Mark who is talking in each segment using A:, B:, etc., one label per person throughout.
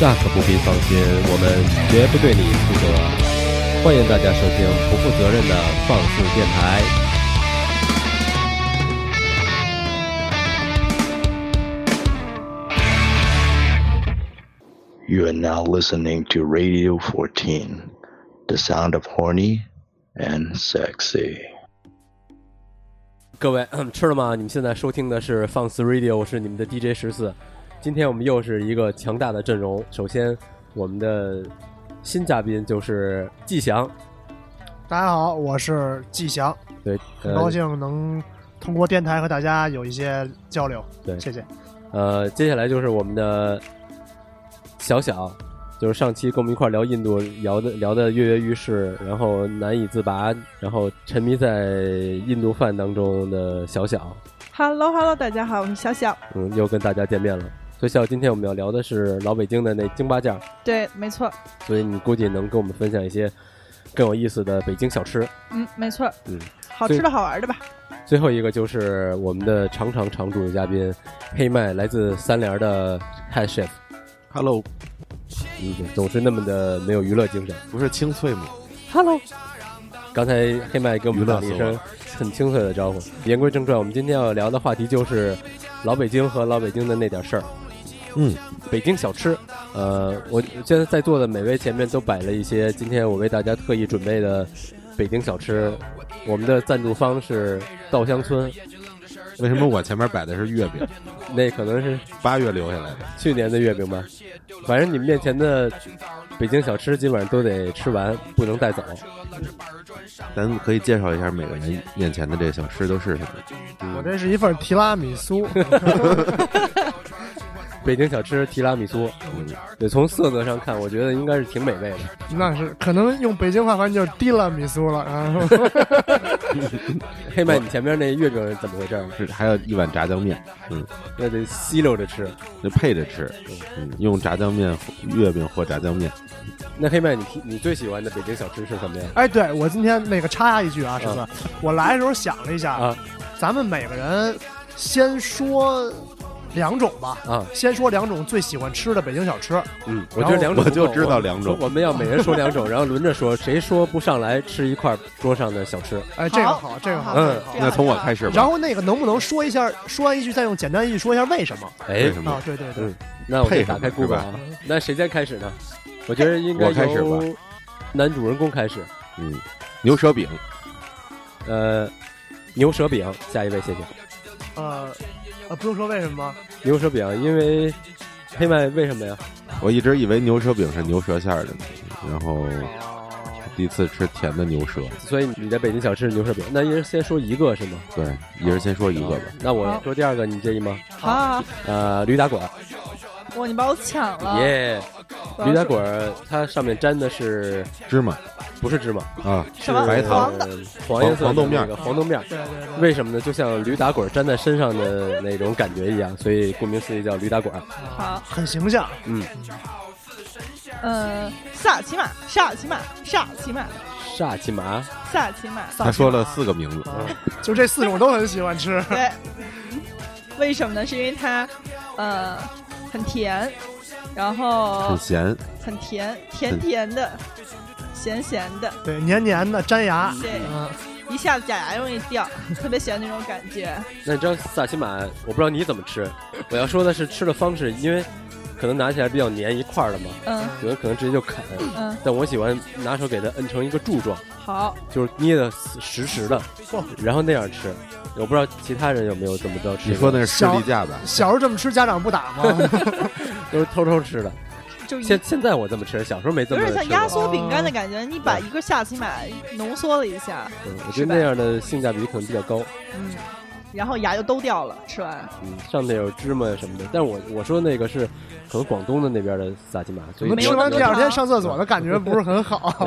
A: 那可不必放心，我们绝不对你负责。欢迎大家收听不负责任的放肆电台。
B: You are now listening to Radio 14, the sound of horny and sexy.
A: 各位嗯吃了吗？你们现在收听的是放肆 Radio，我是你们的 DJ 十四。今天我们又是一个强大的阵容。首先，我们的新嘉宾就是季翔，
C: 大家好，我是季翔，
A: 对，
C: 很
A: 呃
C: 高兴能通过电台和大家有一些交流，
A: 对
C: 谢谢。
A: 呃，接下来就是我们的小小，就是上期跟我们一块儿聊印度，聊的聊的跃跃欲试，然后难以自拔，然后沉迷在印度饭当中的小小，
D: Hello Hello，大家好，我是小小。
A: 嗯，又跟大家见面了。所以小小，今天我们要聊的是老北京的那京八件儿，
D: 对，没错，
A: 所以你估计能跟我们分享一些更有意思的北京小吃。
D: 嗯，没错，
A: 嗯，
D: 好
A: 对
D: 吃的好玩的吧？
A: 最后一个就是我们的常常常驻嘉宾黑麦，来自三联的 Head Chef。Hello，嗯，对总是那么的没有娱乐精神。
E: 不是清脆吗？
A: Hello，刚才黑麦给我们打了一
E: 娱乐
A: 声很清脆的招呼。言归正传，我们今天要聊的话题就是老北京和老北京的那点事儿。
E: 嗯，
A: 北京小吃。呃，我现在在座的每位前面都摆了一些今天我为大家特意准备的北京小吃。我们的赞助方是稻香村，
E: 为什么我前面摆的是月饼？
A: 那可能是
E: 八月留下来的，
A: 去年的月饼吧。反正你们面前的北京小吃基本上都得吃完，不能带走。
E: 咱可以介绍一下每个人面前的这个小吃都是什么？嗯
C: 我这是一份提拉米苏，
A: 北京小吃提拉米苏，
E: 嗯
A: 对，从色泽上看，我觉得应该是挺美味的。
C: 那是可能用北京话翻译就是提拉米苏了 啊。
A: 黑麦，你前面那月饼是怎么回事儿？
E: 是还有一碗炸酱面，嗯，
A: 那得吸溜着吃。
E: 就配着吃，嗯，用炸酱面、月饼或炸酱面。
A: 那黑麦，你你最喜欢的北京小吃是什么呀？
C: 哎，对我今天那个插一句啊，十四，我来的时候想了一下，
A: 啊
C: 咱们每个人先说两种吧，
A: 啊，
C: 先说两种最喜欢吃的北京小吃。
A: 嗯，我觉得两种
E: 我就
A: 不够
E: 知道两种
A: 我我们要每人说两种，然后轮着说，谁说不上来吃一块桌上的小吃？
C: 哎，这个
D: 好
C: 好，这个好，
D: 好
C: 这
A: 嗯
C: 个好。
E: 那从我开始
C: 然
E: 吧，
C: 后那个能不能说一下，说完一句再用简单一句说一下为什么？
A: 哎
E: 为，什
C: 啊
E: 么？，
C: 对对对。
A: 嗯那我就
E: 配
A: 打
E: 上
A: 开
E: 是
A: Google
E: 吧
A: 啊。那谁先开始呢？我觉得应该
E: 我开始吧
A: 由男主人公开始。
E: 嗯，牛舌饼，
A: 呃，牛舌饼，下一位，谢谢。
C: 呃，呃，不用说为什么吗？
A: 牛舌饼，因为黑麦为什么呀？
E: 我一直以为牛舌饼是牛舌馅儿的呢，然后第一次吃甜的牛舌，
A: 所以你在北京小吃牛舌饼，那一人先说一个是吗？啊
E: 对，一人先说一个吧。
C: 哦
A: 那我说第二个，你介意吗？
D: 好啊，
A: 呃，驴打滚儿，
D: 哇，你把我抢了！
A: 耶！
D: 我要
A: 驴打
D: 说
A: 滚儿，它上面粘的是
E: 芝麻
A: 不是芝麻？
E: 啊，
D: 什么
E: 白
D: 糖
E: 糖
D: 黄，
A: 黄颜色的
E: 黄豆面
A: 那个黄豆面儿。
C: 对对对。
A: 为什么呢？就像驴打滚儿粘在身上的那种感觉一样，所以顾名思义叫驴打滚儿。
D: 好，
C: 啊很形象。
D: 嗯，萨其马，萨其马，萨其马，
A: 煞气麻，
D: 萨其马，。
E: 他说了四个名字，
C: 啊，就这四种都很喜欢吃
D: 对，为什么呢？是因为它，呃，很甜，然后
C: 哦
E: 很咸，
D: 很甜，甜甜的，咸咸的，
C: 对，黏黏的，粘牙。
D: 对，
C: 嗯，
D: 一下子假牙容易掉，特别喜欢那种感觉。
A: 那你知道萨琪玛，我不知道你怎么吃。我要说的是吃的方式，因为可能拿起来比较粘一块儿的嘛，
D: 嗯
A: 有的可能直接就啃。
D: 嗯，
A: 但我喜欢拿手给它摁成一个柱状，
D: 好，
A: 就是捏的实实的，然后那样吃。我不知道其他人有没有这么着吃。
E: 你说那是士力架子，
C: 小时候这么吃，家长不打吗？
A: 都是偷偷吃的。
D: 就一
A: 现现在我这么吃，小时候没这
D: 嗯有
A: 么
D: 点
A: 吃过
D: 像压。缩饼干
C: 哦
D: 的感觉，你把一个下棋码浓缩了一下，
A: 嗯我觉
D: 是
A: 得
D: 吧
A: 那样的性价比可能比较高。
D: 嗯，然后牙就都掉了，吃完。
A: 嗯，上面有芝麻什么的。但我我说那个是可能广东的那边的萨琪玛，
C: 我
A: 所以
C: 们
A: 比
C: 吃
A: 较
C: 完
A: 比较
C: 第二天上厕所的感觉不是很
D: 没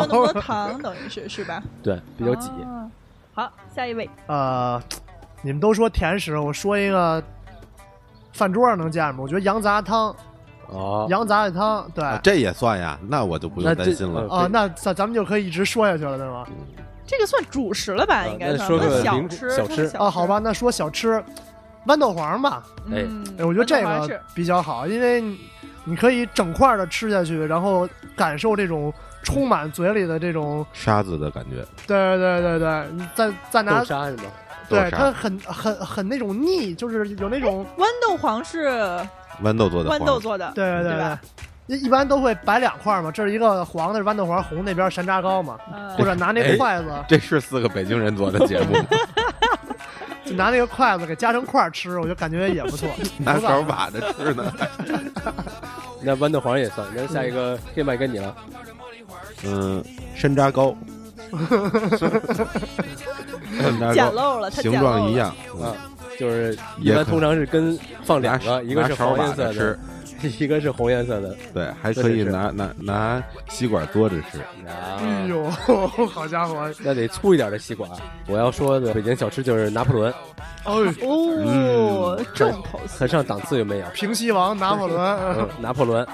D: 有那么
C: 好。
D: 多糖，等于是是吧？
A: 对哦 比较挤。
D: 啊好，下一位，
C: 呃，你们都说甜食，我说一个。饭桌上能见吗？我觉得羊杂汤，
A: 哦，
C: 羊杂菜汤，对
E: 啊
C: 啊、
E: 这也算呀？那我就不
A: 那
E: 用
A: 这
E: 担心了。
A: 呃
C: 那咱咱们就可以一直说下去了，对吗？
D: 这个算主食了吧？
A: 啊
D: 应该
A: 那
D: 算
A: 说
D: 那
A: 个
D: 小
A: 零
D: 吃，
A: 小
D: 它
A: 吃
D: 是
C: 啊，好吧，，那说小吃，豌豆黄吧，
A: 哎
D: 嗯
C: 哎，我觉得这
D: 那我还是
C: 个比较好，因为你可以整块的吃下去，然后感受这种充满嘴里的这种，
E: 沙子的感觉，
C: 对对对对，你再再拿
A: 豆，沙是吗？
E: 豆
C: 对它
E: 沙，
C: 很很很那种腻，就是有那种，
D: 豌豆黄是
E: 豌豆做的
D: 豌
E: 黄
D: 豆做的，
C: 对对
D: 对吧
C: 对，一一般都会摆两块嘛，这是一个黄的是豌豆黄，红那边山楂糕嘛，
D: 嗯
C: 或者拿那
E: 哎
C: 筷子，
E: 这是四个北京人做的节目吗，
C: 就拿那个筷子给夹成块儿吃，我就感觉也不错。
E: 拿勺把着吃呢。
A: 那豌豆黄也算。那下一个黑麦该你了，
E: 嗯，山楂糕，山楂
D: 简
E: 糕，
D: 陋了，它
E: 形
D: 简陋
E: 状
D: 了
E: 一，样，
A: 啊，就是一
E: 嗯也
A: 般
E: 可
A: 通常是跟放
E: 拿
A: 两个，一个
E: 拿
A: 是
E: 勺
A: 黄
E: 把
A: 颜
E: 着
A: 色
E: 吃
A: 的，，一个是红颜色的。
E: 对，还
A: 对
E: 可以
A: 对对
E: 拿拿拿吸管嘬着吃。
C: 哎
D: 嗯
A: 啊，
C: 呦， 好家伙！
A: 那得粗一点的吸管。我要说的北京小吃就是拿破仑，
C: 哦，
A: 嗯
D: 哦，重口
A: 很上档次有没有？
C: 平西王拿破仑，
A: 嗯，拿破仑，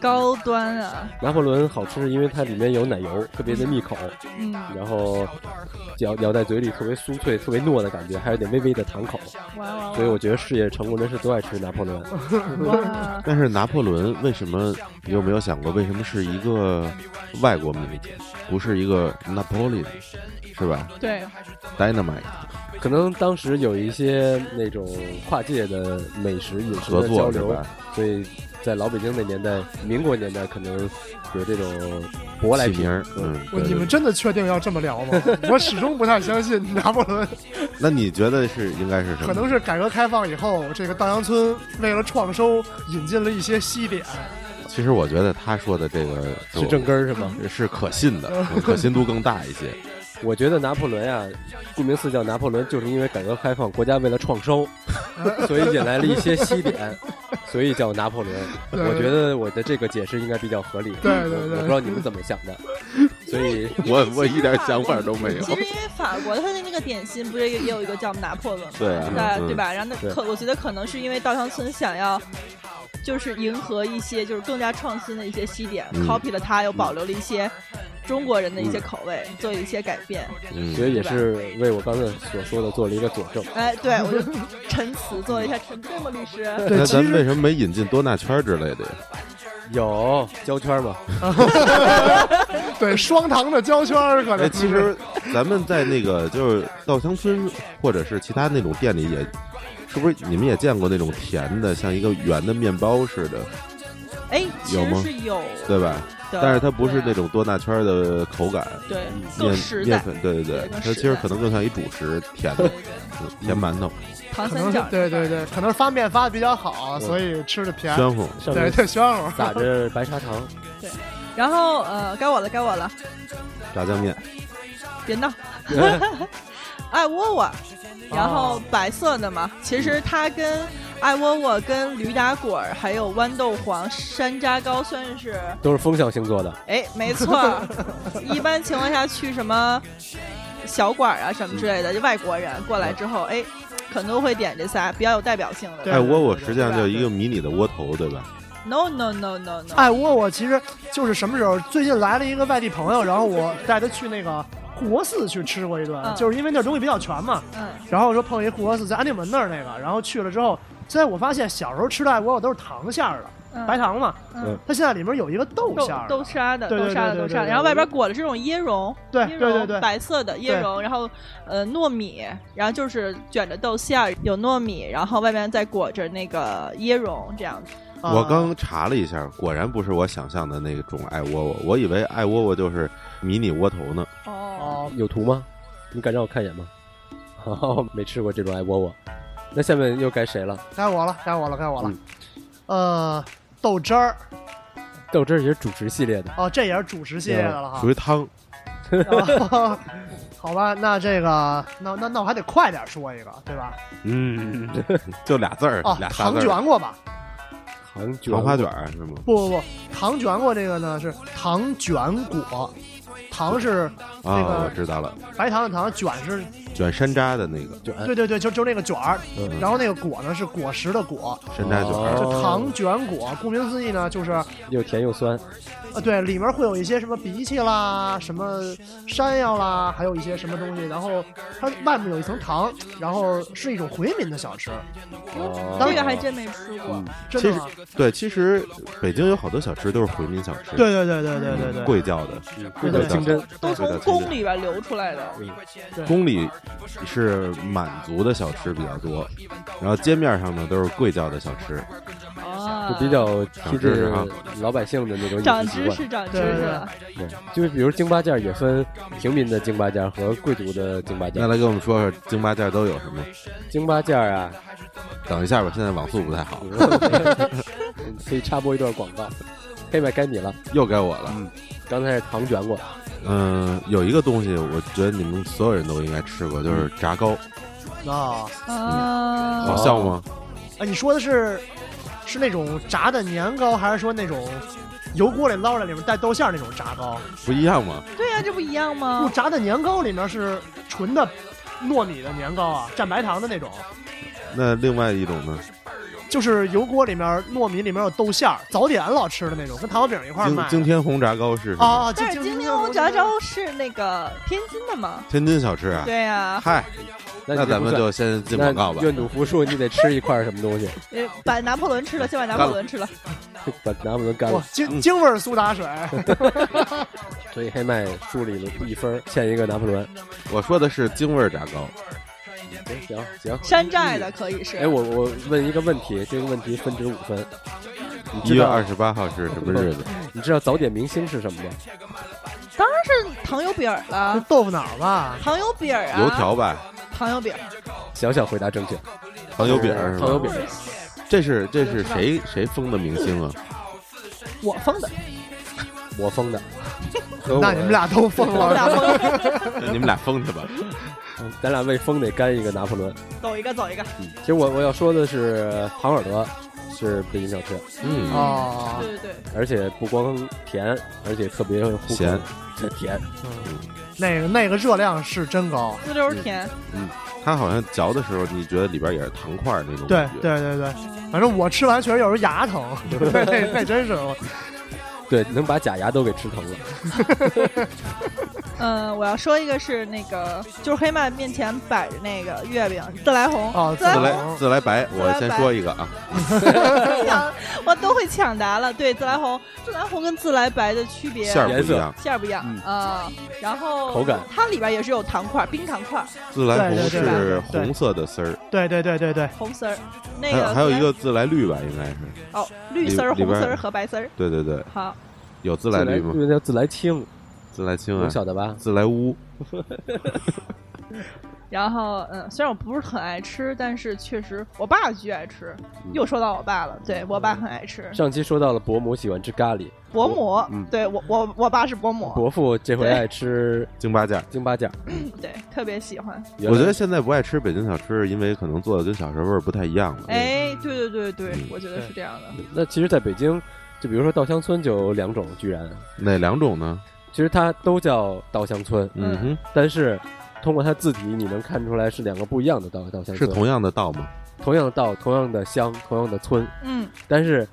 D: 高端啊，
A: 拿破仑好吃，因为它里面有奶油，特别的密口，
D: 嗯
A: 然后咬咬在嘴里特别酥脆、特别糯的感觉，还有点微微的糖口。
D: 哇哇
A: 所以我觉得事业成功人士都爱吃拿破仑。
D: 哇，
E: 但是拿破仑为什么你有没有想过，为什么是一个外国名字，不是一个 Napoleon，是吧
D: 对，
E: ？Dynamite
A: 可能当时有一些那种跨界的美食饮食
E: 合
A: 的交
E: 作是
A: 流
E: 吧，？
A: 所以在老北京那年代、民国年代，可能有这种舶来
E: 起
A: 品
E: 名。儿，嗯，
C: 我
E: 对
C: 你们
E: 对
C: 真的确定要这么聊 吗？我始终不太相信拿破仑，
E: 那你觉得是应该是什么？
C: 可能是改革开放以后，这个稻香村为了创收引进了一些西点，
E: 其实我觉得他说的这个就是
A: 正根儿是嗯吗？
E: 是可信的，可信度更大一些。
A: 我觉得拿破仑呀、顾名思义叫拿破仑，就是因为改革开放，国家为了创 收，所以引来了一些西点，所以叫拿破仑。
C: 对
A: 我觉得我的这个解释应该比较合理。
C: 对对
A: 我
C: 对
A: 不知道你们怎么想的。所以
E: 我我一点想法都没有
D: 其实因为法国它的那个点心不是也有一个叫拿破仑吗？
E: 对啊
D: 那
E: 嗯
D: 对吧？然后那可我觉得可能是因为稻香村想要。就是迎合一些就是更加创新的一些西点、
E: 嗯
D: c o p y 了它，又保留了一些中国人的一些口味，做一些改变。
E: 嗯，
A: 觉得也是为我刚才所说的做了一个佐证。
D: 哎，对我就陈词做了一下陈对吗，律师？
C: 对
E: 那
C: 其
E: 咱们
C: 实
E: 为什么没引进多纳圈之类的呀？
A: 有胶圈嘛？
C: 对双糖的胶圈儿可
E: 哎，
C: 能
E: 其实咱们在那个就是稻香村或者是其他那种店里也，是不是你们也见过那种甜的，像一个圆的面包似的，
D: 哎，其
E: 有
D: 实
E: 吗
D: 是有
E: 对吧？
D: 的，
E: 但是它不是
D: 对
E: 那
D: 啊
E: 种多纳圈的口感，
D: 对更
E: 面
D: 实
E: 面
D: 在，
E: 粉，对对对
D: 对，更
E: 它其
D: 实
E: 实
D: 在
E: 可能更像一主食，甜的，嗯甜馒头，
D: 糖
C: 可
D: 三
C: 能是
D: 角
C: 对对
E: 嗯
C: 对，可能是发面发的比较好，所以吃的便宜。
E: 暄乎。
A: 上
C: 对
A: 面
C: 对，香火。
A: 撒着白砂糖，
D: 然后呃，该我了，该我了，
E: 炸酱面，
D: 别闹，爱窝窝，然后白色的嘛，其实它跟爱窝窝、跟驴打滚儿、还有豌豆黄、山楂糕算是，
A: 都是风象星座的。
D: 哎，没错儿，一般情况下去什么小馆儿啊什么之类的，就外国人过来之后，哎，可能都会点这仨比较有代表性的。
C: 对
E: 哎，窝窝
C: 对
E: 实际上
D: 对
E: 就是一个迷你的窝头，对吧？
D: No no no no no，
C: 爱窝窝其实就是什么时候？最近来了一个外地朋友，然后我带他去那个护国寺去吃过一顿，
D: 嗯
C: 就是因为那儿东西比较全嘛。
D: 嗯，
C: 然后说碰一护国寺在安定门那儿那个，然后去了之后，现在我发现小时候吃的爱窝窝都是糖馅儿的，
D: 嗯
C: 白糖嘛，
D: 嗯
C: 它现在里面有一个豆
D: 豆
C: 馅儿的
D: 豆，沙的，
C: 对对
D: 豆沙
C: 对
D: 的，
C: 对
D: 豆
C: 对
D: 沙的，
C: 对
D: 然后
C: 对
D: 外边裹的这种椰蓉，
C: 对
D: 椰
C: 对
D: 蓉
C: 对对
D: 白色的椰
C: 对
D: 蓉，然后呃糯米，然后就是卷着豆馅儿，有糯米，然后外面再裹着那个椰蓉，这样子。
C: 啊
E: 我刚查了一下，果然不是我想象的那种爱窝窝，我以为爱窝窝就是迷你窝头呢。
D: 哦，
C: 哦，
A: 有图吗？你敢让我看一眼吗？ 哦，没吃过这种爱窝窝。那下面又该谁了？
C: 该我了，该我了，该我了
A: 嗯。
C: 呃，豆汁儿
A: 豆汁儿也是主食系列的，
C: 哦，这也是主食系列的了哈
E: 属。于汤，
C: 啊 好吧，那这个，那那那我还得快点说一个，对吧？
E: 嗯， 就俩字儿
C: 哦，，
E: 俩仨
C: 糖
E: 字儿，
C: 卷过吧？
A: 糖卷、
E: 糖花卷儿是吗？
C: 不不不，糖卷过这个呢是糖卷果，糖是
E: 啊，
C: 个
E: 我知道了，
C: 白糖的糖，卷是
E: 卷山楂的那个
A: 卷
C: 对对对，就就那个卷儿，
A: 嗯
C: 然后那个果呢是果实的果，
E: 山楂卷儿，
A: 哦
C: 就糖卷果。顾名思义呢，就是
A: 又甜又酸，
C: 呃，对，里面会有一些什么荸荠啦、什么山药啦，还有一些什么东西，然后它外面有一层糖，然后是一种回民的小吃，
A: 哦
D: 这个还真没吃过。
C: 真
E: 其
C: 的
E: 实
C: 吗？
E: 对，其实北京有好多小吃都是回民小吃，嗯
C: 对对对对对对对，
E: 贵教的，
A: 贵叫清真，
D: 都
E: 对
D: 从
E: 的
D: 宫里边流出来的，
E: 宫里是满族的小吃比较多，然后街面上呢都是贵教的小吃，
A: 嗯
D: 啊
A: 就，比较贴
E: 长知识
A: 近
E: 啊
A: 老百姓的那种饮
D: 长
A: 食习
D: 知
A: 惯。
D: 识，长知
C: 对
D: 识
C: 对
D: 了。
A: 对，就是比如京八件儿也分平民的京八件儿和贵族的京八件
E: 那
A: 儿。
E: 来给我们说说京八件都有什么？
A: 京八件儿啊，
E: 等一下吧，现在网速不太好，
A: 嗯可以插播一段广告。黑麦该你了，
E: 又该我了。
A: 嗯刚才是糖卷果，
E: 嗯，有一个东西，我觉得你们所有人都应该吃过，
A: 嗯
E: 就是炸糕，
C: 啊，
D: 啊，
A: 哦
E: 好笑吗？
C: 哎，你说的是是那种炸的年糕，还是说那种油锅里捞出来里面带豆馅儿那种炸糕？
E: 不一样吗？
A: 哦
D: 对呀，这不一样
C: 嗯不，
D: 吗？
C: 炸的年糕里面是纯的糯米的年糕啊，蘸白糖的那种，
E: 那另外一种呢？
C: 就是油锅里面糯米里面有豆馅儿，早点老吃的那种，跟糖油饼一块儿卖
E: 京
C: 的。
E: 京天红炸糕是什
A: 哦
E: 么？
C: 啊，
D: 但是
C: 京
D: 金
C: 京
D: 天红炸糕是那个天津的吗？
E: 天津小吃啊。
D: 对呀，
E: 嗨，
A: 那你
E: 那咱们
A: 不算
E: 就先进广告吧
A: 那。愿赌服输，你得吃一块儿什么东西，
D: 呃把拿破仑吃了，先把拿破仑吃了。
A: 把拿破仑干
C: 哇
A: 了。，
C: 京京味儿苏打水，
A: 所以黑麦输了一分儿，欠一个拿破仑。
E: 我说的是京味儿炸糕，
A: 行行。
D: 山寨的可以是，
A: 哎，我我问一个问题，这个问题分值五分。你
E: 一
A: 知
E: 月
A: 道嗯
E: 二十八号是什么日子？
A: 你知道早点明星是什么吗？
D: 当然是糖油饼儿
C: 这
D: 了，
C: 豆腐脑 儿吧？
D: 糖油饼儿啊，
E: 油条吧，
D: 糖油饼儿，
A: 小小回答正确，
E: 糖油饼儿是
A: 糖油
E: 吧？
A: 饼儿。
E: 这是这是谁谁封的明星啊？
D: 我封的，
A: 我封的，和
C: 那
A: 我
C: 你们俩都 疯
D: 我
C: 了。
D: 俩封的，
E: 你们俩封去吧。
A: 咱俩为封得干一个拿破仑。
D: 走一个走一个，
E: 啊嗯
A: 其实我我要说的是糖耳朵是北京小吃，
E: 嗯，
C: 哦，
D: 对对对，
A: 而且不光甜，而且特别糊口
E: 咸，
A: 特甜。
C: 那个那个热量是真高。
D: 滋溜儿甜，
E: 它好像嚼的时候，你觉得里边也是糖块儿那种
C: 对
E: 感觉。
C: 对对对，
E: 嗯
C: 反正我吃完确实有时候牙疼， 那那真是我
A: 对，能把假牙都给吃疼了。
D: 嗯，我要说一个是那个，就是黑麦面前摆着那个月饼自来红，
C: 哦
D: 自来
E: 啊自
D: 红
E: 来自来白，我先说一个啊，
D: 抢，我都会抢答了。对，自来红，自来红跟自来白的区别
E: 馅儿不一样。
D: 馅儿不一样
A: 嗯
D: 啊、然后
A: 口感
D: 它里边也是有糖块儿，冰糖块儿，
E: 自来红
C: 对
D: 对对
E: 是
C: 对对
E: 红色的丝儿，
C: 对对对对对，
D: 红丝儿，那
E: 还
D: 个
E: 有还有
D: 自来
E: 一个自来绿吧，应该是。
D: 哦，绿丝儿、
E: 里里
D: 红
E: 边
D: 丝儿和白丝儿。
E: 对对对，
D: 好，
E: 有自
A: 自
E: 来绿吗？
A: 这叫自来青，
E: 自来青
A: 能
E: 啊，
A: 晓得吧？
E: 自来乌，
D: 然后嗯，虽然我不是很爱吃，但是确实我爸巨爱吃。
A: 嗯
D: 又说到我爸了，对我爸很爱吃
A: 上期说到了伯母喜欢吃咖喱，
D: 伯母，
A: 嗯
D: 对我我我爸是伯母，
A: 伯父这回
D: 对
A: 爱吃
E: 京八件儿。
A: 京八件儿。
D: 对，特别喜欢。
A: 原
E: 我
A: 来
E: 觉得现在不爱吃北京小吃，是因为可能做的跟小时候味儿不太一样了。
D: 哎，对对对对，
E: 嗯
D: 我觉得是这样的。
A: 那其实在北京，就比如说稻香村就有两种，居然
E: 哪两种呢？
A: 其实它都叫稻香村，
E: 嗯哼，
A: 但是通过它字体你能看出来是两个不一样的稻稻香村，
E: 是同样的道吗？
A: 同样的稻、同样的乡、同样的村，
D: 嗯，
A: 但是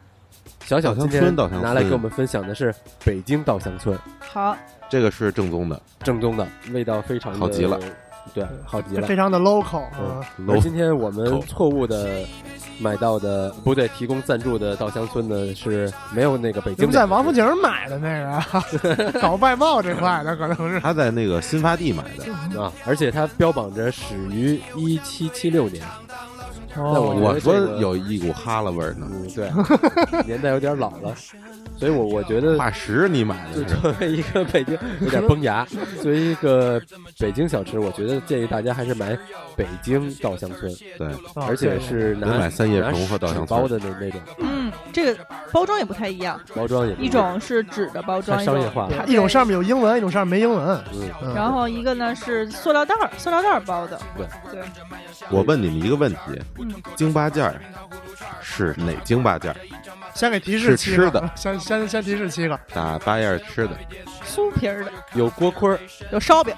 A: 小小
E: 稻香
A: 今天
E: 村稻香
A: 拿来
E: 村
A: 给我们分享的是北京稻香村，
D: 好，
E: 这个是正宗的
A: 正宗的味道非常的
E: 好极了，
A: 对，好极
C: 这
A: 了
C: 非。常的 local
A: 嗯
C: 啊。
A: 而
E: low
A: 今天我们
E: 口
A: 错误的买到的不对，提供赞助的稻香村呢是没有那个北
C: 你
A: 京
C: 们
A: 的
C: 在王府井买的那个，啊 搞外贸这块的可能是。
E: 他在那个新发地买的，
A: 啊，而且它标榜着始于一七七六年，
C: 哦
A: 我觉得
E: 我说
A: 这个
E: 有一股哈喇味儿呢。
A: 嗯，对，年代有点老了，所以我我觉得
E: 化石你买
A: 就
E: 的是？
A: 作为一个北京有点崩牙，作为一个北京小吃，我觉得建议大家还是买北京稻香村，
E: 对，
C: 哦
A: 而且是拿
E: 别买三叶
A: 拿
E: 虫和稻香村
A: 纸包的那那种
D: 嗯，这个包装也不太一样，
A: 包装也不
D: 一种是纸的包装，
A: 太
D: 一
A: 商
D: 种
A: 业化了
D: 它
C: 一种上面有英文，一种上面没英文。
A: 嗯，
C: 嗯
D: 啊然后一个呢是塑料袋儿，塑料袋儿包的。
A: 对
D: 对，
E: 我问你们一个问题：
D: 嗯，
E: 京八件儿是哪京八件儿？
C: 先给提示
E: 是
C: 七
E: 吃
C: 个，
E: 的
C: 先先先提示七个，
E: 打八样吃的，
D: 酥皮儿的，
A: 有锅盔儿，
D: 有烧饼，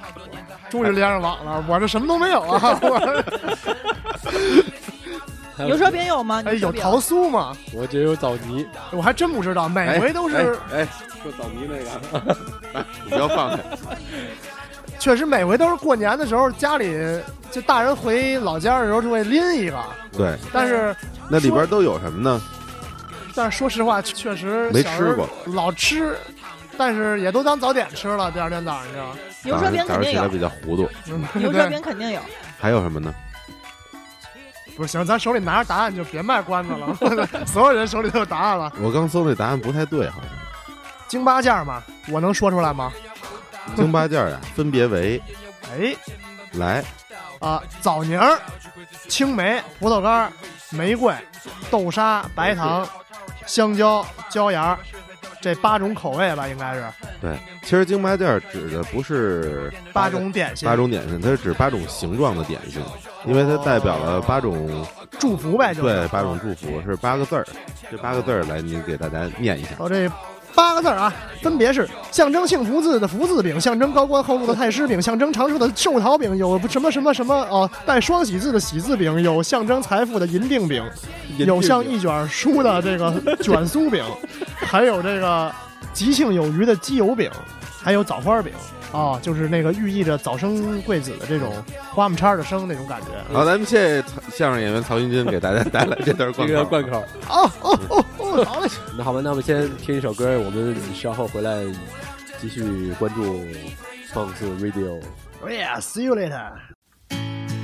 C: 终于连上网了，我这什么都没有 啊！我
A: 还
D: 牛舌饼有吗？
C: 哎，
D: 牛舌
C: 有
D: 饼
C: 桃酥吗？
A: 我只有枣泥，
C: 我还真不知道，每回都是，
E: 哎，哎
A: 就枣泥那个。
E: 你不要放开，
C: 确实每回都是过年的时候，家里就大人回老家的时候就会拎一个，
E: 对，
C: 但是
E: 那里边都有什么呢？
C: 但是说实话，确实
E: 没
C: 小
E: 吃
C: 时候
E: 过
C: 老吃，但是也都当早点吃了，第二天早上嗯就。
D: 牛舌饼肯
E: 早上
D: 定
E: 起来
D: 有，嗯
E: 比较糊涂，
D: 牛 舌饼肯定有。
E: 还有什么呢？
C: 不是行，咱手里拿着答案就别卖关子 了，所有人手里都有答案了。
E: 我刚搜那答案不太对，好像
C: 京八件嘛，我能说出来吗？
E: 京八件 啊，分别为
C: 哎
E: 来
C: 啊、枣泥儿、青梅、葡萄干儿、玫瑰、豆沙、白糖、香蕉、椒盐儿，这八种口味吧，应该是
E: 对，其实京八件指的不是
C: 八种点心，
E: 八种点心，它是指八种形状的点心，因为它代表了八种
C: 祝福呗，就是
E: 对八种。祝福是八个字儿，这八个字儿来您给大家念一下。
C: 哦，这八个字儿啊，分别是象征幸福字的福字饼，象征高官厚禄的太师饼，象征长寿的寿桃饼，有什么什么什么哦，带双喜字的喜字饼，有象征财富的银锭饼，有像一卷书的这个卷酥饼，还有这个吉庆有余的鸡油饼，还有枣花饼啊、就是那个寓意着早生贵子的这种花木叉的生那种感觉。
E: 好，咱们谢谢相声演员曹云金给大家带来这 段
A: 这
E: 贯
A: 个
E: 口。
A: 贯口。
C: 哦哦哦哦，好嘞，
A: 那好吧，那我们先听一首歌，我们稍后回来继续关注 Fox Radio。
C: Oh yeah, see you later.